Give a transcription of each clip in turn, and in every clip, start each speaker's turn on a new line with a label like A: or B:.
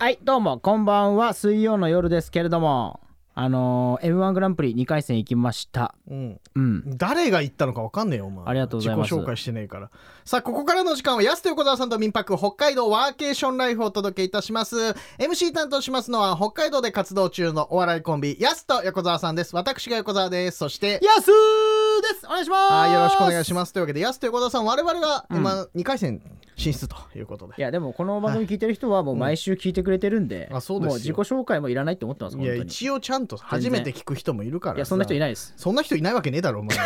A: はいどうもこんばんは水曜の夜ですけれどもあのー、m 1グランプリ2回戦行きました
B: うん、
A: うん
B: 誰が言ったのか分かんねえよお前
A: ありがとうございます
B: 自己紹介してねえからさあここからの時間は安と横澤さんと民泊北海道ワーケーションライフをお届けいたします MC 担当しますのは北海道で活動中のお笑いコンビ安と横澤さんです私が横澤ですそして
A: やすーですお願いします
B: はいよろしくお願いしますというわけで安と横澤さん我々が
A: うん
B: 今2回戦進出ということ
A: い
B: で、
A: やでもこの番組聞いてる人はもう毎週聞いてくれてるんで、
B: うんあそうですよ
A: もう自己紹介もいらないって思ってます
B: い
A: 本当
B: や
A: にい
B: 一応ちゃんと初めて聞く人もいるから
A: やそんな人い
B: な
A: な
B: い
A: いです
B: そんな人いないわけねえだろお前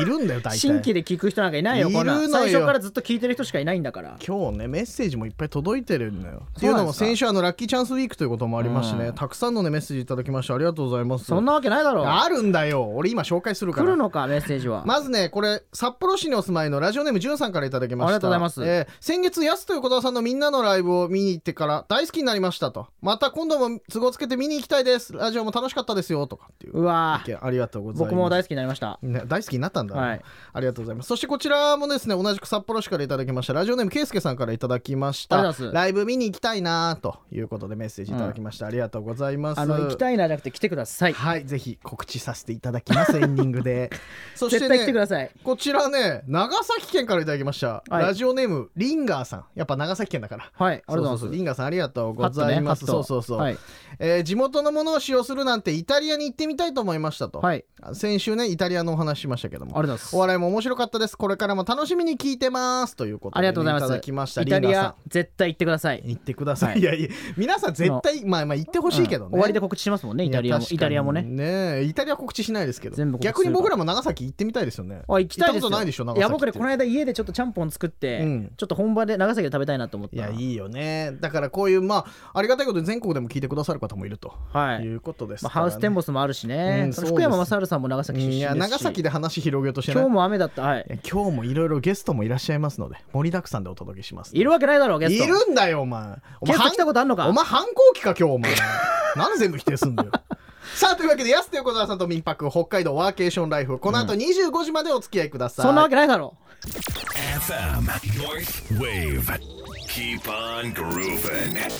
B: いるんだよ大体
A: 新規で聞く人なんかいないよこんない
B: るのよ
A: 最初からずっと聞いてる人しかいないんだから
B: 今日ねメッセージもいっぱい届いてるんだよ。って
A: そ
B: いうう
A: な
B: の
A: んで
B: も
A: すか
B: 先週あのラッキーチャンスウィークということもありましてね、
A: うん
B: たくさんのねメッセージいただきましてありがとうございます。
A: そんなわけないだろう
B: あるんだよ俺今紹介するか
A: 来る
B: ら。
A: のかメッセージは、
B: まずねこれ札幌市にお住まいのラジオネームじゅんさんからいただきまし
A: あり
B: た
A: がとうございます
B: えー先月やすと横澤さんのみんなのライブを見に行ってから大好きになりましたとまた今度も都合つけて見に行きたいですラジオも楽しかったですよとかっていう
A: うわ
B: 意
A: ー
B: 見ありがとうございます
A: 僕も大好きになりました
B: ね大好きになったんだ、
A: はい
B: ありがとうございますそしてこちらもですね同じく札幌市からいただきましたラジオネームけいすけさんからいただきまし
A: あり
B: た
A: がとうございます
B: ライブ見に行きたいなということでメッセージいただきました、ありがとうございます
A: あの行き
B: い
A: たいなじゃなくて来てください
B: はいぜひ告知させていただき ますエンディングでそして
A: 絶対来てく
B: ね
A: ださい
B: こちらね長崎県からいただきました、
A: はい
B: ラジオネームリンガーさんやっぱ長崎県だから
A: はいありがとうござい
B: そそ
A: ま
B: そ
A: す
B: リンガーさんありがとうございます、
A: ハットねハッ
B: そ
A: ト
B: うそうそう、
A: はい
B: えー地元のものを使用するなんてイタリアに行ってみたいと思いましたと、
A: はい
B: 先週ねイタリアのお話ししましたけども
A: ありがとうございます
B: お笑いも面白かったです。これからも楽しみに聞いてますということで、
A: ありがとうございます
B: ただきました。
A: イタ
B: リ
A: リ
B: ンガーさ
A: ア絶対行ってください
B: ん。行ってください。
A: はい
B: い、やいや、皆さん絶対、まあまあ行ってほしいけどね。
A: うん終わりで告知しますもんねイタリアもイタリアも
B: いや
A: ね
B: 確かにねえイタリア告知しないですけど
A: 全部告知する
B: 逆に僕らも長崎行ってみたいですよね
A: あ行きたいです
B: 行
A: よ
B: ったことないでしょ長崎
A: いや僕ね
B: って
A: この間家でちょっとちゃんぽん作って、
B: うん
A: ちょっと本場で長崎で食べたいなと思った
B: いやいいよねだからこういうまあありがたいことで全国でも聞いてくださる方もいると
A: はいい、
B: うことです
A: まあ、
B: から
A: ハ
B: ね、
A: ウステンボスもあるしね、
B: うん
A: そ
B: そう
A: の福
B: です
A: 山雅治さんも長崎出身です
B: い
A: し
B: や長崎で話広げようとしてない
A: 今日も雨だったはい
B: いや今日もいろいろゲストもいらっしゃいますので盛りだくさんでお届けします
A: いるわけないだろうゲスト
B: いるんだよお前お
A: ゲ
B: 前
A: スト来たことあんのか
B: お前反抗期か今日お前 なんで全部否定すんだよさあというわけで安手横澤さんと民泊北海道ワーケーションライフこの後25時までお付き合いください、
A: そんなわけないだろ
C: FM North Wave. Keep on grooving.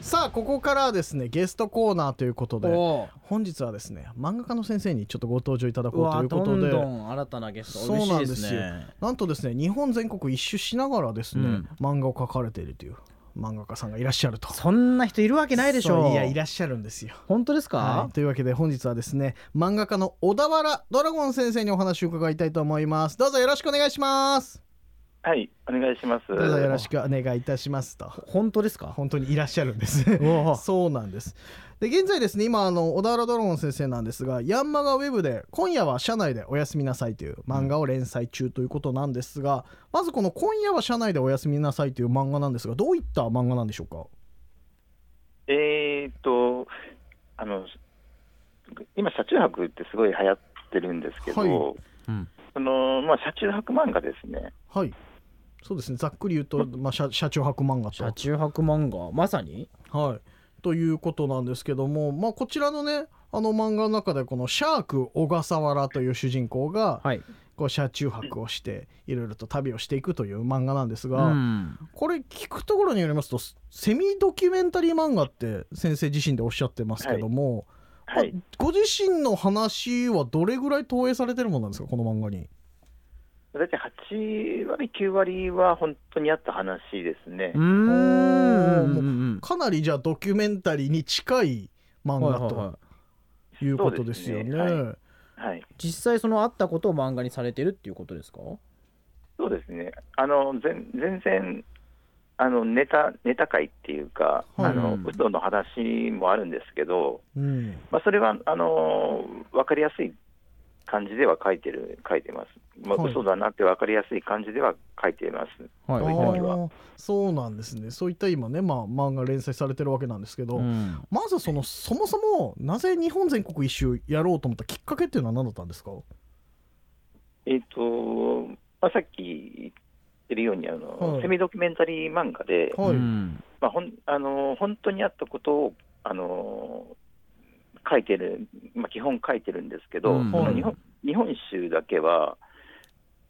B: さあここからはですねゲストコーナーということ
A: う
B: で
A: おう
B: 本日はですね漫画家の先生にちょっとご登場いただ
A: う
B: こうと
A: わ
B: いうこ
A: ど
B: と
A: ん
B: で
A: どん新たなゲスト
B: そうなんです
A: 嬉
B: よ
A: しいね
B: なんとですね日本全国一周しながらですね、
A: うん
B: 漫画を描かれているという漫画家さんがいらっしゃると
A: そんな人いるわけないでしょ
B: そういやいらっしゃるんですよ
A: 本当ですか、
B: はい、というわけで本日はですね漫画家の小田原ドラゴン先生にお話を伺いたいと思いますどうぞよろしくお願いします
D: はい、お願いします。
B: どうぞよろしくお願いいたしますと
A: 本当ですか
B: 本当にいらっしゃるんです
A: おう
B: そうなんですで現在ですね今あの小田原ドラゴン先生なんですがヤンマガウェブで「今夜は社内でおやすみなさい」という漫画を連載中ということなんですが、まずこの「今夜は社内でおやすみなさい」という漫画なんですがどういった漫画なんでしょうか
D: えーっと、あの、今、車中泊ってすごい流行ってるんですけど、
B: はい
A: うん
D: その、まあ、車中泊漫画ですね。
B: はいそうですねざっくり言うと、まあ、社社長白漫画と
A: 車中泊漫画まさに
B: はい、ということなんですけども、まあ、こちらのねあの漫画の中でこのシャーク小笠原という主人公が
A: はい、
B: こう車中泊をしていろいろと旅をしていくという漫画なんです
A: う
B: が、
A: ん、
B: これ聞くところによりますとセミドキュメンタリー漫画って先生自身でおっしゃってますけども、
D: はい。
B: まあご自身の話はどれぐらい投影されてるものなんですかこの漫画に。
D: 大体8割、9割は本当にあった話ですね
A: うー。ん
B: かなりじゃあドキュメンタリーに近い漫
A: はい
B: 画
A: はいはい
B: ということですよ
D: そうですね
B: ね。
D: はい。
A: 実際そのあったことを漫画にされてるっていうことですか
D: そうですね。あの、全全然、あの、ネタ、ネタ会っていうか、
B: はい
D: あの、嘘の話もあるんですけど、
B: うん
D: まあ、それはあの分かりやすい感じでは書いてる書いてます、まあ、
B: はい
D: 嘘だなって分かりやすい感じでは書いています、
A: は
D: そういった意味は
B: あーそうなんですねそういった今ね、まあ、漫画連載されてるわけなんですけど、
A: うん
B: まずそのそもそもなぜ日本全国一周やろうと思ったきっかけっていうのは何だったんですか
D: えっ、と、まあ、さっき言ってるようにあの、
B: はい
D: セミドキュメンタリー漫画で、
B: はい、
A: うん
D: まあ、ほんあの本当にあったことをあの書いてる、まあ、基本書いてるんですけど、
A: うん
D: その日本日本一周だけは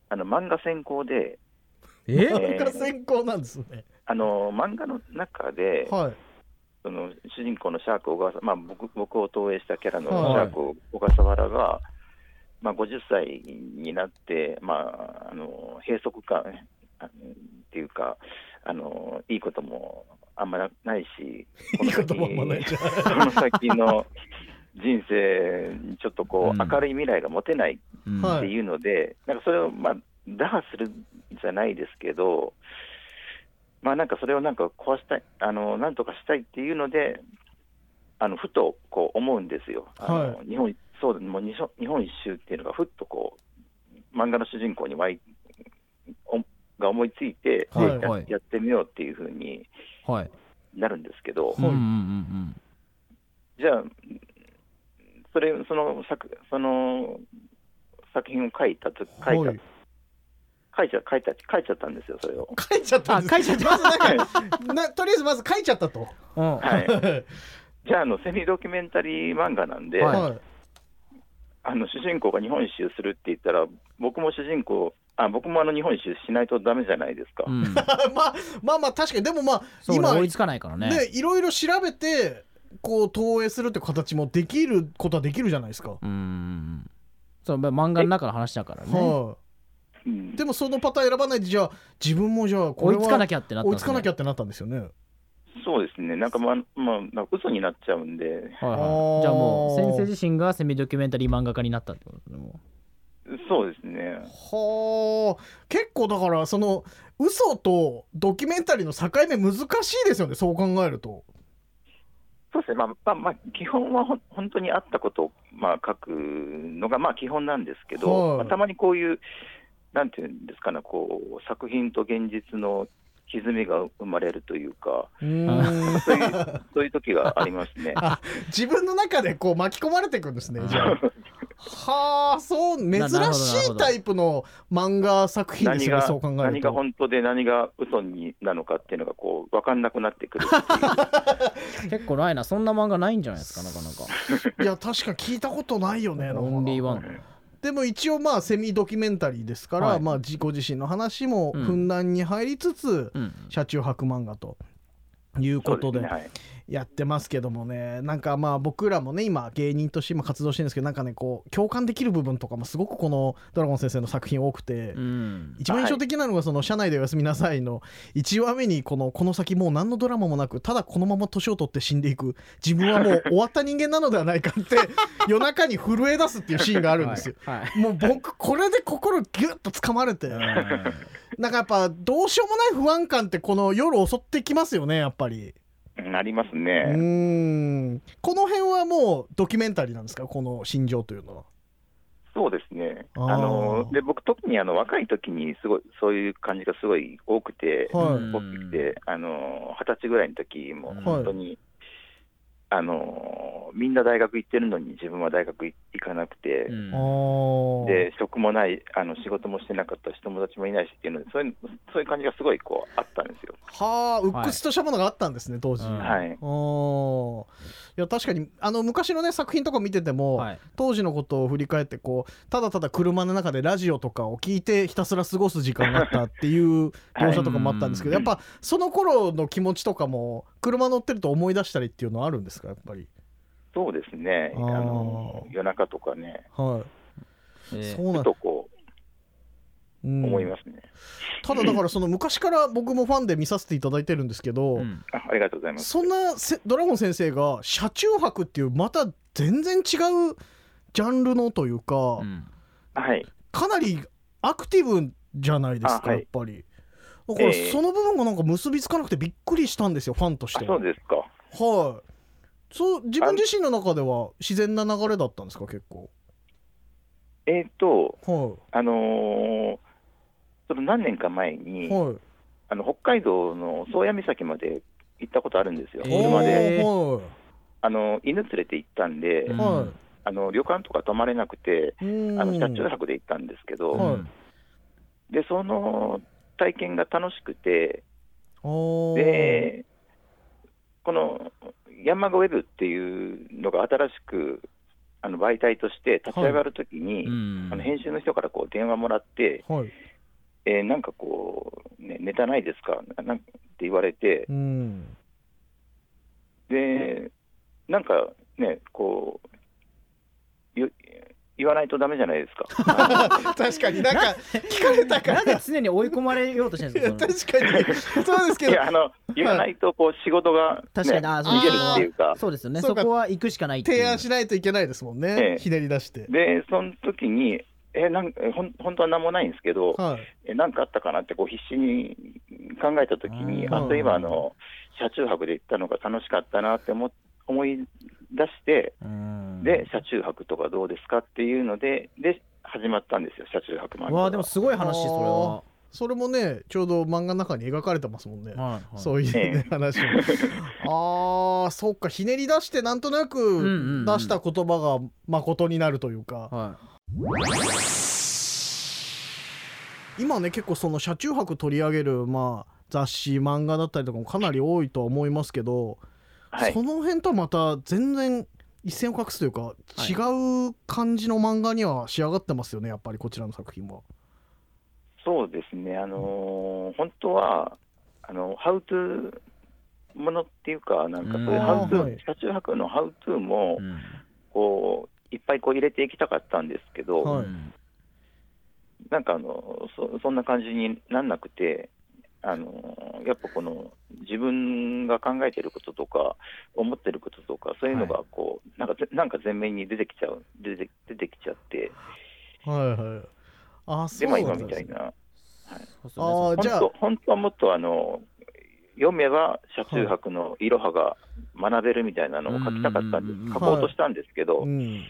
D: あの漫画専攻で
A: え
B: 漫画専攻なんですね
D: あの漫画の中で、
B: はい
D: その主人公のシャーク小笠まあ、僕僕を投影したキャラのシ
B: はい
D: ャーク小笠原が、まあ、50歳になって、まあ、あの閉塞感あのっていうかあの、いいこともあんまなない し、こ
B: いい
D: の
B: こと
D: 先
B: もあんまないじゃん
D: この先の人生にちょっと
A: う
D: こう、
A: ん
D: 明るい未来が持てない
A: うん
B: はい
D: っていうので、なんかそれを、まあ、打破するんじゃないですけど、まあ、なんかそれをなんか壊したいあの、なんとかしたいっていうので、あのふとこう思うんですよ、あの
B: は
D: 日本そうもう日本日本一周っていうのが、ふっとこう、漫画の主人公にわいおが思いついて、
B: はい
D: や
A: はい
D: やってみようっていうふうに
A: はい
D: なるんですけど、
A: うんうんうん
D: じゃあ、それその作その作品を書いたと書いた
B: はい
D: 書いちゃ書いた書いちゃったんですよ、それを。
B: 書いちゃったんです
A: あ書いちゃった
B: まずな んかなとりあえずまず書いちゃったと
A: うんうん
D: はい、
B: はい
D: じゃああの、セミドキュメンタリー漫画なんで、
A: はい
D: あの主人公が日本一周するって言ったら、僕も主人公、あ僕もあの日本一周しないとダメじゃないですか。
A: うん
B: まあまあまあ確かにでもまあ
A: そう
B: 今
A: 俺追いつかないからね
B: ねいろいろ調べてこう投影するって形もできることはできるじゃないですか、
A: うんうんうんそうまあ漫画の中の話だからね
B: は
D: うん
B: いでもそのパターン選ばないでじゃあ自分もじゃあこ
A: 追
B: れ
A: い
B: は
A: つかなきゃってなったん
B: 追
A: で
B: いつ
A: す
B: か
A: ね
B: なきゃってなったんですよね
D: そうですね、なんかまあ、まあ、なんか嘘になっちゃうんで、
A: はい
B: あ
A: は
B: ー
A: い、じゃあもう先生自身がセミドキュメンタリー漫画家になったってことでも
D: そうですね、
B: はあ結構だからその嘘とドキュメンタリーの境目難しいですよねそう考えると
D: そうですね、まあ、まあ、まあ、基本はほん本当にあったことを、まあ、書くのが、まあ、基本なんですけど、
B: はい
D: まあたまにこういう、なんていうんですかね、こう、作品と現実の歪みが生まれるというか、
B: うーん
D: そういう、そういう時がありますね。
B: あ 自分の中でこう巻き込まれていくんですねじゃあはあそう珍
A: ななるほどなる
B: し
A: ほ
B: い
A: ど
B: タイプの漫画作品です
D: 何
B: よね
D: が
B: そう考え
D: 何
B: る
D: が
B: と
D: 本当で何が嘘になのかっていうのがこう分かんなくなっ てくるっていう
A: 結構ないなそんな漫画ないんじゃないですかなかなか
B: いや確か聞いたことないよね
A: オンリーワン
B: でも一応まあセミドキュメンタリーですから、
A: はい
B: まあ自己自身の話も
A: うん
B: ふんだんに入りつつ、
A: うん
B: 車中泊漫画という
D: そ
B: こ
D: うで
B: と
D: す
B: で
D: ね、はい、
B: やってますけどもねなんかまあ僕らもね今芸人として今活動してるんですけどなんかねこう共感できる部分とかもすごくこのドラゴン先生の作品多くて、
A: うん
B: 一番印象的なのがその「社内でおやすみなさい」の1話目にこのこの先もう何のドラマもなくただこのまま年を取って死んでいく自分はもう終わった人間なのではないかって 夜中に震え出すっていうシーンがあるんですよ。
A: はいはい
B: もう僕これで心ギュッと掴まれて なんかやっぱどうしようもない不安感ってこの夜襲ってきますよねやっぱり。
D: うんあります
B: う
D: ね、
B: ーんこの辺はもうドキュメンタリーなんですかこの心情というのは。
D: そうですね
B: あー
D: あので僕特にあの若い時にすごいそういう感じがすごい多くて、
B: はい
A: うん
D: 大きくてあの二十歳ぐらいの時も
A: はい
D: 本当に、あのみんな大学行ってるのに自分は大学行かなくて、
A: うん
B: あー
D: で職もないあの仕事もしてなかったし友達もいないしっていうのでそういうそういう感じがすごいこうあったんですよ。
B: はあうっ屈としたものがあったんですね当時。
A: うん
D: はい、
B: おーいや確かにあの昔のね作品とか見てても、
A: はい
B: 当時のことを振り返ってこうただただ車の中でラジオとかを聞いてひたすら過ごす時間だったっていう描写とかもあったんですけど、
D: はい
B: やっぱその頃の気持ちとかも車乗ってると思い出したりっていうのはあるんですかやっぱり。
D: そうですね
B: あ
D: あ
B: ー
D: の夜中とかね
B: は
A: え
B: い、
A: ー
B: そう
D: ふ
B: なん
D: とこ
B: う
D: うん思いますね、
B: ただだからその昔から僕もファンで見させていただいてるんですけど、
A: うん
D: あありがとうございます
B: そんなせドラゴン先生が車中泊っていうまた全然違うジャンルのというか。
A: うん
D: はい
B: かなりアクティブじゃないですか、
D: あはい
B: やっぱりだから
D: ええ
B: その部分がなんか結びつかなくてびっくりしたんですよファンとし
D: あ
B: ては
D: そうですか
B: はいそう自分自身の中では自然な流れだったんですか結構
D: えっ、と
B: は
D: あのーその何年か前
B: い
D: に、
B: はい
D: あの北海道の宗谷岬まで行ったことあるんですよ、
A: えー
D: 車で
A: で
B: おー
D: あの犬連れて行ったんで、
A: うん
B: はい
D: あの旅館とか泊まれなくて
B: はいう
D: あの
B: ん
D: 車中泊で行ったんですけど、
B: はい
D: でその体験が楽しくて
B: あー
D: でこのヤンマガウェブっていうのが新しくあの媒体として立ち上がるときに、
A: うん
D: あの編集の人からこう電話もらって、
B: はい
D: えーなんかこう、ね、ネタないですかななんって言われて、
B: うん
D: で、なんかね、こう、よ言わないとダメじゃないです か。
B: 確かになん か聞かれたか
A: な
B: ら
A: んで常に追い込まれようとしてるん
B: い
A: です
B: や確
A: か
B: か
A: その
B: にそうですけ
D: い
B: ど
D: や、あの、言わないと、こう、仕事が、ね、
A: 確かにあーそう
D: 逃げるっていうか。
A: そうですよね
B: そ
A: そう
B: か
A: こは行くしかないっていう
B: 提案しないといけないですもん
D: え
B: ね
D: え
B: ひねり出して
D: で、その時に、え、なんほん本当は何もないんですけど、
B: はい
D: え、なんかあったかなって、こう、必死に考えた時に、
A: うん
D: あ、そういえば、あの、車中泊で行ったのが楽しかったなって思思い出して、
A: うん
D: で、車中泊とかどうですかっていうので、で、始まったんですよ、車中泊漫画が
A: わあでもすごい話そ
B: それもねちょうど漫画の中に描かれてますもんね
A: れは、はいはい
B: そういうね
D: え
B: 話もあーそっかひねり出してなんとな
A: うんうんう
B: く
A: ん
B: 出した言葉が誠になるというか、
A: は
B: 今ね結構その車中泊取り上げるまあ雑誌漫画だったりとかもかなり多いとは思いますけど、
D: はい
B: そ。の辺とはまた全然一線を画すというか、
A: い
B: 違う感じの漫画には仕上がってますよねやっぱりこちらの作品は。
D: そうですね、あのー本当は、あの、ハウトゥーものっていうか、なんかそういうハウト
B: うんあーは
D: ゥ
B: い
D: ー、車中泊のハウトゥーも
A: い、うん
D: こう、いっぱいこう入れていきたかったんですけど、
B: はい
A: うん
D: なんかあのそそんな感じになんなくて、あのやっぱこの自分が考えてることとか、思ってることとか、そういうのがこう、なんかぜなんか前面に出てきちゃう、出て出てきちゃって、
B: はいはい、あそ
D: で
B: う
D: まあ、
B: な
D: 今
B: ん
D: み
B: で
D: た
B: す
D: い
B: ね。
D: な、
A: そうですよね
B: あー
D: 本
B: じゃあ
D: 当本当はもっとあの読めば車中泊のいろはが学べるみたいなのを書きたかったん
A: うんうんう
D: で
A: ん
D: す、書こうとしたんですけど、
B: うん、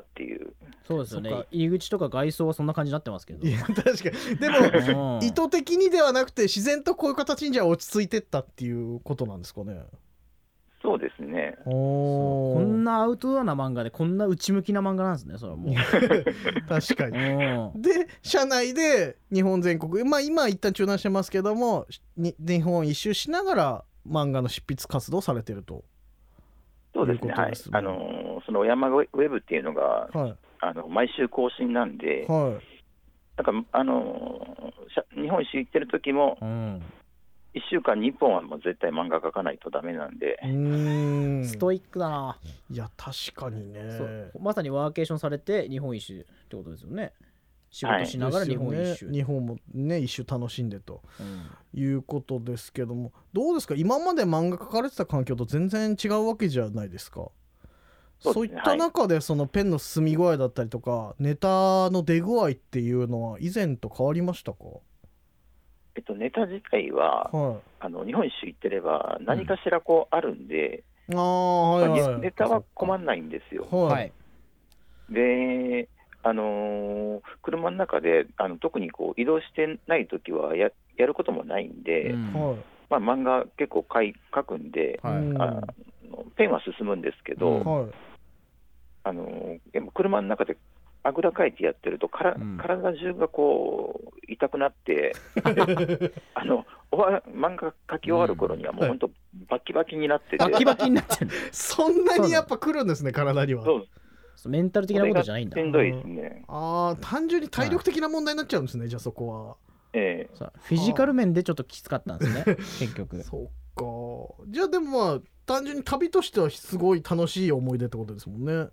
D: っていう、
A: そうですよ
B: そっ
A: ね
B: か
A: 入り口とか外装はそんな感じになってますけど
B: いや確かに でも
A: うん
B: 意図的にではなくて自然とこういう形にじゃあ落ち着いてったっていうことなんですかね。
D: そうですね、
B: お
A: こんなアウトドアな漫画でこんな内向きな漫画なんですねそれはもう
B: 確か
A: う
B: に。
A: ん
B: で社内で日本全国まあ今一旦中断してますけどもに日本一周しながら漫画の執筆活動されてると。
D: そうですね、
B: というこ
D: は
B: と
D: い
B: ですね
D: あのその山ウェブっていうのが、
B: は
D: あの毎週更新なん
B: い
D: で、
B: は
D: なんかあの社日本一周行ってる時も、
A: うん
D: 1週間に1本はもう絶対漫画書かないとダメなんで
B: い。う、ーん
A: ストイックだない
B: や確かにね。
A: そうまさにワーケーションされて日本一周ってことですよね仕事しながら日本
B: で
A: 一
B: す
A: 周、
B: よね日本もね一周楽しんでと
A: うん
B: いうことですけどもどうですか今まで漫画描かれてた環境と全然違うわけじゃないですか。
D: そうですね
B: そういった中でそのペンの進み具合だったりとかネタの出具合っていうのは以前と変わりましたか
D: えっと、ネタ自体は、
B: はい
D: あの日本一周行ってれば、何かしらこうあるんで、
B: ああはい
D: まあ
B: は
D: ネ
B: い
D: ネタは困んないんですよ。
A: は
B: はいい、
D: で、あのー車の中であの特にこう移動してないときはややることもないんで、
A: うん
B: はい
D: まあ、漫画結構書い書くんで、
A: はい
B: うん
D: あのペンは進むんですけど、
A: うん
B: はい
D: あのーやっぱ車の中であぐらかいてやってるとから、
A: うん
D: 体中がこう痛くな って、あの終わ漫画書き終わる頃にはもう本当、バッキバキになってて。
A: バキバキになってる
B: そんなにやっぱ来るんですね体には
D: そう
A: そうメンタル的なことじゃないんだ
D: しんどいですね、
B: ああ単純に体力的な問題になっちゃうんですねじゃあそこ
D: ええ
A: そうフィジカル面でちょっときつかったんですね結局
B: はそうかじゃあでもまあ単純に旅としてはすごい楽しい思い出ってことですもんね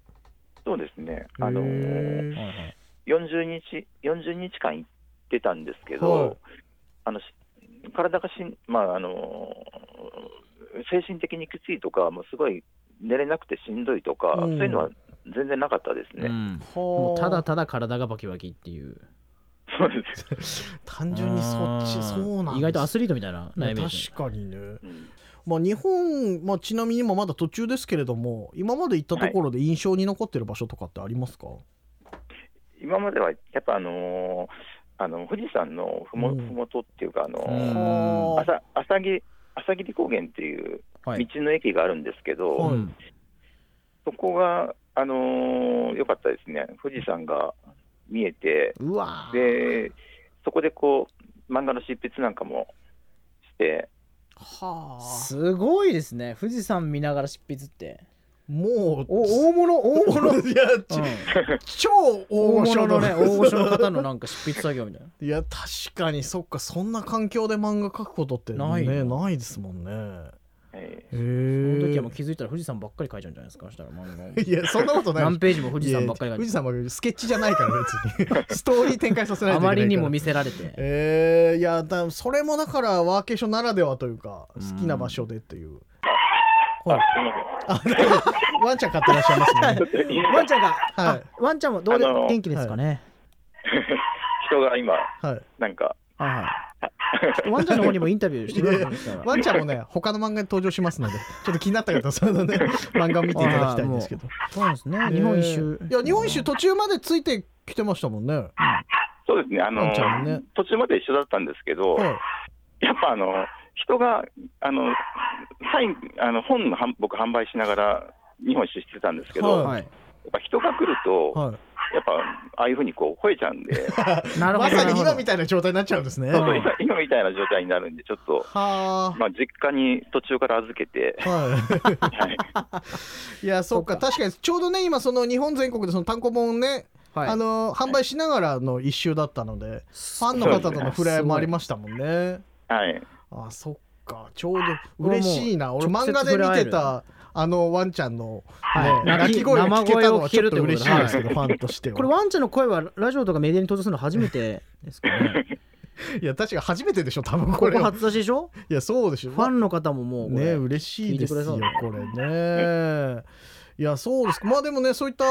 D: そうですね、あの
B: へ
D: ー
B: ー
A: はいはい
D: 40日 ,40 日間行ってたんですけど、
B: はい
D: あのし体がしん、まああの精神的にきついとか、もうすごい寝れなくてしんどいとか、
B: うん
D: そういうのは全然なかったです
A: う
D: ね。
A: んもう
B: はあ
A: ただただ体がバキバキっていう
D: そうです
B: 単純にそっち
A: ん
B: そうなんです
A: 意外とアスリートみたいな悩みですね
B: 確かにね
D: うん
B: まあ、日本、まあ、ちなみに今まだ途中ですけれども今まで行ったところで印象に残ってる場所とかってありますか、
D: 今まではやっぱ、あのーあの富士山のふも,、
B: うん
D: ふもとっていうか、あの
A: うん
D: ー
B: は
D: 朝朝霧朝霧高原っていう
A: は
D: 道
A: い
D: の駅があるんですけど、
B: はい
A: うん
D: そこが良、あのー良かったですね、富士山が見えて、
A: うわー
D: で、そこでこう、漫画の執筆なんかもして、
B: はあ
A: すごいですね富士山見ながら執筆って
B: もう
A: お大物大物、うん
B: いや、ち超大
A: 大
B: 御
A: 物
B: 所
A: の
B: の
A: ね大御所の方のなんか執筆作業みたいない
B: や確かにそっかそんな環境で漫画描くことってね
A: ないよ
B: ないですもんね
D: ええ
B: へ
A: その時はもう
B: え
A: 気づいたら富士山ばっかり書いちゃうんじゃないですかそしたら漫画を
B: いやそんなことない
A: 何ページも富士山ばっかり書い
B: いや富士
A: て
B: 山ばっかりスケッチじゃないから別にストーリー展開させない
A: あ
B: といけな
A: ま
B: いから
A: りにも見せられて
B: えー、いやだそれもだからワーケーションならではというか
A: うん
B: 好きな場所でっていう
D: あすいません
B: あワンちゃん飼ってらっしゃいますね
A: ワンちゃんが、
B: はい
A: あワンちゃんもどうで
D: あの
A: 元気ですかね、
D: 人が今、
B: はい
D: なんか、
A: はいはいちょっとワンちゃんの方にもインタビューしてくれるんですから
B: ワンちゃんもね他の漫画に登場しま すのでちょっと気になった方はそのね漫画を見ていただきたいんですけど
A: そうなんですね日本一周
B: えーいや日本一周途中までついてきてましたもんねは
D: そうですね、あの
B: ワンちゃんもね
D: 途中まで一緒だったんですけど、
B: い
D: やっぱあの人があのサインあの本の販僕、販売しながら日本一周してたんですけど、
B: はい
A: はい
D: やっぱ人が来ると、
B: は
D: やっぱああいうふうにこう吠えちゃうんで、
A: ないるほ
B: ま
A: どな
B: さに
A: る
B: 今
A: ほ
B: みたいな状態になっちゃうんですね
D: そう
B: は
D: そう
A: はい
D: 今今みたいな状態になるんで、ちょっと、
B: あ
D: まあ、実家に途中から預けて、
B: は
D: はい、
B: い、いやそうか確かにちょうどね今その日本全国でその単行本ね、
A: どはい
B: あの販売しながらの一周だったので、ファンの方との触れ合いもありましたもんね
D: はい、
B: あそっかちょうど嬉しいな
A: うわ
B: 俺
A: もう
B: 漫画
A: 直接触
B: で
A: れ合え
B: 見
A: る
B: てたあのワンちゃんの、
A: はい
B: ね鳴き声を聞けたのはちょっと嬉しいですけ
A: 生声を聞けるということで
B: ど、ファンとしては
A: これワンちゃんの声はラジオとかメディアに登場するの初めてですか ね
B: いや確か初めてでしょ多分こ
A: こ
B: れ
A: こ
B: は
A: 初出しでしょ
B: いやそうでしょ
A: ファンの方ももうこ
B: ね
A: れ
B: 嬉しいですよ
A: 聞いて
B: これねいやそうですまあでもねそういった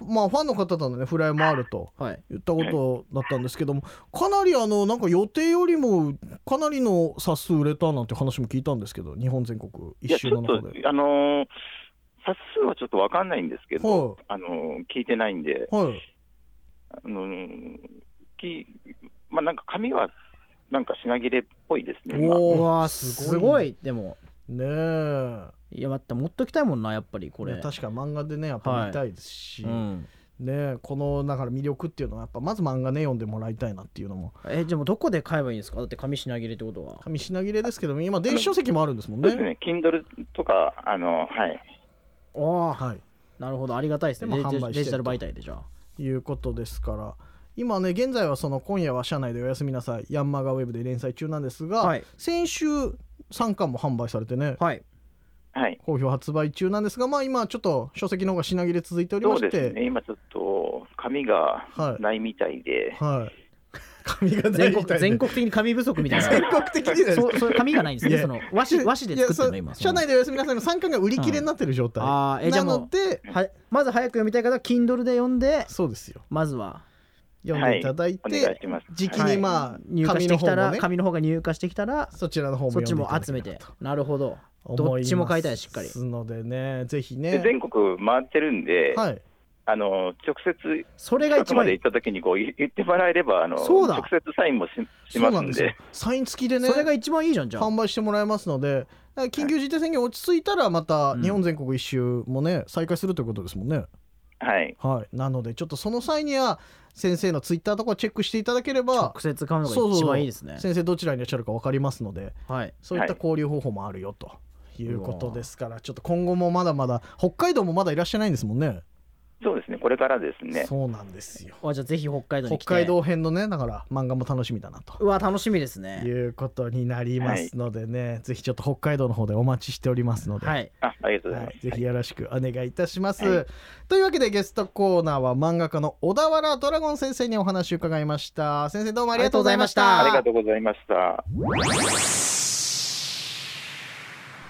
B: まあファンの方とのねフライもあると
A: はい
B: 言ったことだったんですけどもかなりあのなんか予定よりもかなりの冊数売れたなんて話も聞いたんですけど日本全国
D: い
B: 一
D: やち
B: 周の
D: ょっ
B: 中
D: と
B: で、
D: あのー冊数はちょっと分かんないんですけど、
B: は
D: あのー聞いてないんで。
B: いはい
D: あのきまあ、なんか髪はなんか品切れっぽいですね、今
B: おー
A: うわーすごいでも
B: ねえ
A: いや待って持っときたいもんなやっぱりこ
B: い
A: れ
B: や確か漫画でねやっぱ見たいですし、
A: うん
B: ねえこのだから魅力っていうのはやっぱまず漫画ね読んでもらいたいなっていうのも
A: えじゃあもうどこで買えばいいんですかだって紙品切れってことは
B: 紙品切れですけども今電子書籍もあるんですもん
D: そうです
B: ね
D: ね、Kindle とか、あのはい、
A: ああ
B: はい
A: なるほどありがたいですね
B: で
A: デ
B: も販売してると
A: ジデジタル媒体でじゃあ
B: いうことですから今ね現在はその今夜は社内でおやすみなさいヤンマガウェブで連載中なんですが、
A: はい
B: 先週3巻も販売されてね、
A: はい
D: はい、
B: 好評発売中なんですがまあ今ちょっと書籍の方が品切れ続いており
D: そ
B: ま
D: う
B: し
D: です
B: て、
D: ね、今ちょっと髪が
B: はい
D: ないみたいで、
B: はい 紙がない
A: 全
B: み
A: 国
B: たいで
A: 全国的に紙不足みたいな
B: 全国的にね
A: そうそう紙がないんです
B: い
A: ね
B: や
A: その和紙和紙で作ってるの
B: いや
A: 今
B: そう社内でおやすみなさいの3巻が売り切れになってる状態、
A: うんあーえじゃ
B: な
A: あもう
B: ので
A: はいまず早く読みたい方は Kindle で読んで
B: そうですよ
A: まずは
B: 読んでいただい
D: お
B: て、
D: 願いします。
B: 時期
D: はい
B: にまあ、
A: 入荷し
B: 紙
A: て
B: の
A: きた
B: 方も
A: ら
B: ね
A: 紙の方が入荷してきたら
B: そちらの方も
A: そっ
B: 読
A: ち
B: んでい
A: も
B: ただけ
A: 集
B: れ
A: め
B: ば
A: て
B: と
A: なるほどど
B: 思
A: っ
B: い
A: ちも買いたいしっか
B: ま
A: り
B: すのでねぜひ
D: で
B: ね
D: 全国回ってるんで、
B: はい
D: あの直接、
A: それが
D: 近
A: 一
D: くま
A: 番
D: で
A: いい
D: 行った時にこう言言ってもらえれば、あの
A: そうだ
D: 直接サインもしし
B: そ
D: ま
B: うな
D: す
B: ん
D: ん
B: ですよ
D: で、
B: サイン付きでね
A: それが一番いいじゃんじゃあ
B: 販売してもらえますのでだから緊急事態宣言落ち着いたらまた
A: うん
B: 日本全国一周もね再開するということですもんね、
D: はい、
B: はいなのでちょっとその際には先生のツイッターとかチェックしていただければ
A: 直接買うの
B: そう
A: が
B: そう
A: 一
B: そう
A: 番いいですね
B: 先生どちらにいらっしゃるか分かりますので
A: はい
B: そういった
D: はい
B: 交流方法もあるよということですから、ちょっと今後もまだまだ北海道もまだいらっしゃいないんですもんね
D: そうですね、これからですね、
B: そうなんですよ
A: あじゃあぜひ北海道に
B: 北
A: 来て
B: 海道編のねだから漫画も楽しみだなと
A: うわ楽しみですね
B: いうことになりますのでね、ぜひちょっと北海道の方でお待ちしておりますので、
A: はい
D: あありがとうござい
B: は
D: ます。
B: い、ぜひよろしくお願いいたします、
D: は
B: というわけでゲストコーナーは漫画家の小田原ドラゴン先生にお話を伺いました先生どうもありがとうございました
A: あ
D: ありがとうございました。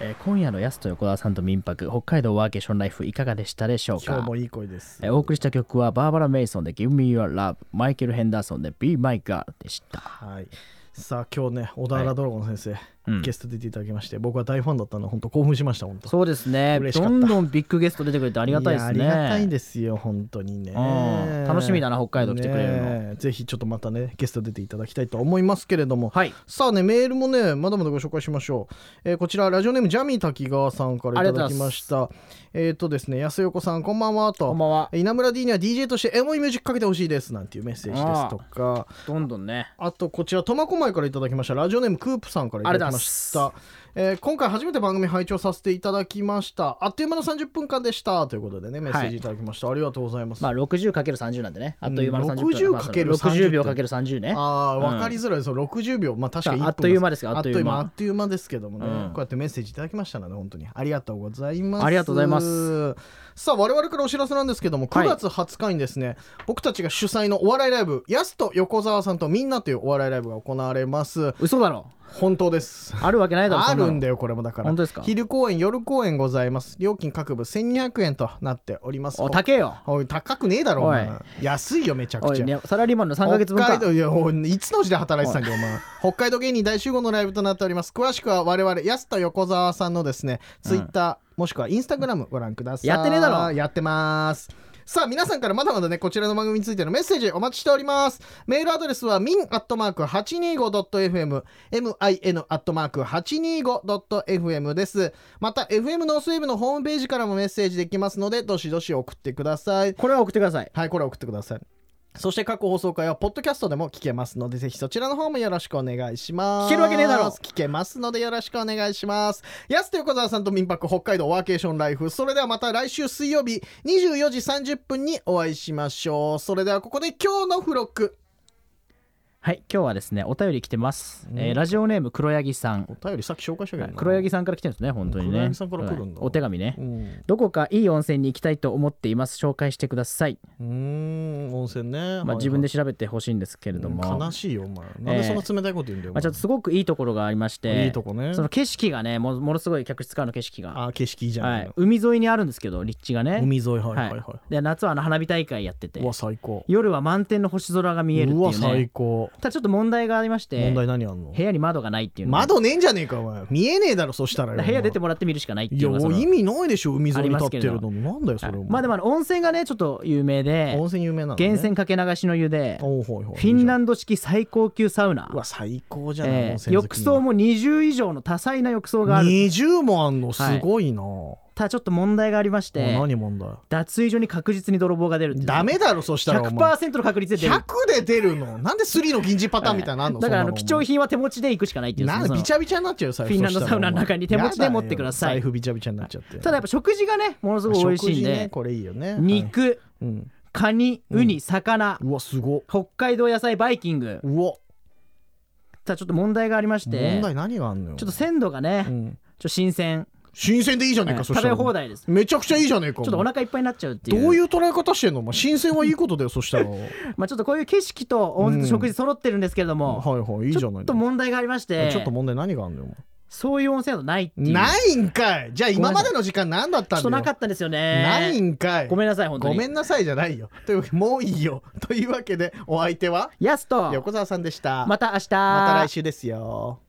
A: えー今夜のやすと横田さんと民泊北海道ワーケーションライフいかがでしたでしょう
B: 今日
A: か
B: もいい声です
A: えーお送りした曲はバーバラ・メイソンで Give Me Your Love マイケル・ヘンダーソンで Be My Girl でした、
B: はいさあ今日ね小田原ドラゴン先生、
A: うん
B: ゲスト出ていただきまして僕は大ファンだったので本当興奮しました本当
A: そうですね
B: 嬉しかっ
A: ど
B: た
A: んどんビッグゲスト出てくれてあ
B: あ
A: りがたいですね
B: ありがたいですよ本当にね
A: うん楽しみだな北海道来てくれるの
B: ねえぜひちょっとまたねゲスト出ていただきたいと思いますけれども、
A: はい
B: さあねメールもねまだまだご紹介しましょう、えーこちらラジオネームジャミー滝川さんからいただきましたえっ、とですね安横さんこんばんはと
A: こんばんは
B: 稲村 D には DJ としてエモいミュージックかけてほしいですなんていうメッセージですとか
A: どんどんね
B: あとこちら苫小牧からいただきましたラジオネームクープさんからいただきました、えー今回初めて番組拝聴させていただきましたあっという間の30分間でしたということでねメッセージいただきました、ありがとうございます、
A: まあ 60×30 なんでねあっという間の
B: うん
A: 30分だからまあその
B: 60×30
A: 60秒 ×30 ね
B: ああ
A: うん
B: 分かりづらい、その60秒まあ確かに
A: あ
B: 1
A: あっという間ですよ
B: あ
A: あ
B: っ
A: っ
B: と
A: と
B: い
A: いうう
B: 間
A: 間
B: あっという間ですけどもね、
A: うん
B: こうやってメッセージいただきましたので本当にありがとうございます
A: ありがとうございます
B: さあ我々からお知らせなんですけども
A: は
B: 9
A: い
B: 月20日にですね、僕たちが主催のお笑いライブやすと横澤さんとみんなというお笑いライブが行われます
A: 嘘だろ
B: 本当です
A: あるわけないだろ
B: あるん
A: で
B: だよこれもだから
A: 本当ですか
B: 昼公演夜公演ございます料金各部1200円となっております
A: お高えよ
B: おい高くねえだろお前
A: お
B: 安いよめちゃく
A: お
B: ちゃ
A: い、ね、サラリーマンの3ヶ月分
B: 北
A: か
B: 海道いやおいいつの時代働いてたんだよお前 北海道芸人大集合のライブとなっております詳しくは我々安田横澤さんのですねツイッター、もしくはインスタグラムご覧ください
A: やってねえだろ
B: やってますさあ皆さんからまだまだねこちらの番組についてのメッセージお待ちしておりますメールアドレスは min.825.fm min.825.fm ですまた FM ノースウェーブのホームページからもメッセージできますのでどしどし送ってください
A: これは送ってください
B: はい、これ送ってください。そして各放送回はポッドキャストでも聞けますので、ぜひそちらの方もよろしくお願いしま
A: 聞
B: す。
A: けるわけねえだろ
B: 聞けますのでよろしくお願いします。やすと横澤さんと民泊北海道ワーケーションライフ。それではまた来週水曜日24時30分にお会いしましょう。それではここで今日の付録。
A: はい今日はですねお便り来てます、えーラジオネーム黒柳さん
B: お便りさっき紹介したけど、
A: 黒柳さんから来てるんですね本当にね
B: 黒柳さんから来るんだ
A: はいお手紙ね、
B: うん。
A: どこかいい温泉に行きたいと思っています紹介してください、
B: うーん、温泉ね。
A: まあ、自分
B: で
A: で調べてほしいんですけれども、
B: 悲しいよ、お前。なんでそんな冷たいこと言うんだよ。お
A: まあ、
B: 前
A: ちょっとすごくいいところがありまして
B: いいとこね
A: その景色がねもものすごい客室からの景色が、
B: あー、景色いいじゃな
A: はいい
B: の、
A: 海沿いにあるんですけど立地がね
B: 海沿い、はい
A: は
B: はい
A: い
B: はい。
A: で夏はあの花火大会やってて
B: うわ、最高。
A: 夜は満天の星空が見えるって
B: うわ
A: いう
B: 最
A: ね
B: 高
A: ただちょっと問題がありまして
B: 問題何あんの
A: 部屋に窓がないっていうのが
B: 窓ねえんじゃねえかお前見えねえだろそしたら
A: だ
B: よ
A: から部屋出て
B: も
A: もらって見るしかないってい
B: いうや
A: のがそ
B: もう
A: の
B: 意味ないでしょ海沿い
A: あり
B: に
A: ま
B: 立っ
A: すけ
B: てる
A: ど
B: のなんだよそれお前
A: まあでもあの温泉がねちょっと有名で
B: 温泉有名なのね
A: 源泉かけ流しの湯で
B: おうほいほい
A: フィンラ
B: ン
A: ンド式最高級サウナ
B: うわ最高じゃない
A: えー
B: 温泉好き
A: 浴槽も20以上の多彩な浴槽がある
B: 20もあんのすごいな
A: ただちょっと問題がありまし
B: お
A: て
B: 何問題
A: 脱衣所に確実に泥棒が出るっていう
B: ダメだろそしたらお前
A: 100%の確率で出る
B: 100で出るのなんで3の銀次パターンみたいなのあんの
A: だからあ
B: そん
A: の
B: な
A: 貴重品は手持ちで行くしかないっていう
B: な
A: そ
B: ん
A: の
B: びちゃびちゃになっちゃうよ財布
A: フィンランド
B: そしたらお
A: サ
B: 前
A: ウナの中に手持ちで持ってください
B: やよ財布びちゃびちゃになっちゃって
A: ただやっぱ食事がねものすごい美味しいん
B: 食事ね
A: で
B: これいいよねはい
A: 肉
B: うん
A: カニウニ魚
B: うわすごっ
A: 北海道野菜バイキング
B: うわ
A: ただちょっと問題がありまして
B: 問
A: ちょ
B: 題何があんのよ
A: っと鮮度がね
B: う
A: ちょっ
B: ん
A: と新鮮
B: 新鮮でいいじゃねえか、
A: はい
B: そ
A: 食
B: した
A: べ
B: ら
A: 放題です
B: めちゃくちゃいいじゃねえか
A: ちょっとお腹いっぱいになっちゃうって
B: ど
A: いう
B: ういう捉え方してんのお前新鮮はいいことだよそした らはい
A: まあちょっとこういう景色と温泉と食事揃ってるんですけれども
B: はいいい
A: ち
B: じゃ
A: ょ
B: ない
A: っと問題がありまして
B: ちょっと問題何があんのよ
A: そういう温泉だとないって
B: お
A: いう
B: 前ないんかいじゃあ今までの時間何だった
A: ちょ
B: ん
A: っと
B: だよ
A: なかったんですよね
B: ないんかい
A: ごめんなさい本当
B: ご
A: に
B: めんなさいじゃないよというわけもういいよというわけでお相手は
A: やすと
B: 横澤さんでした
A: また明日
B: また来週ですよ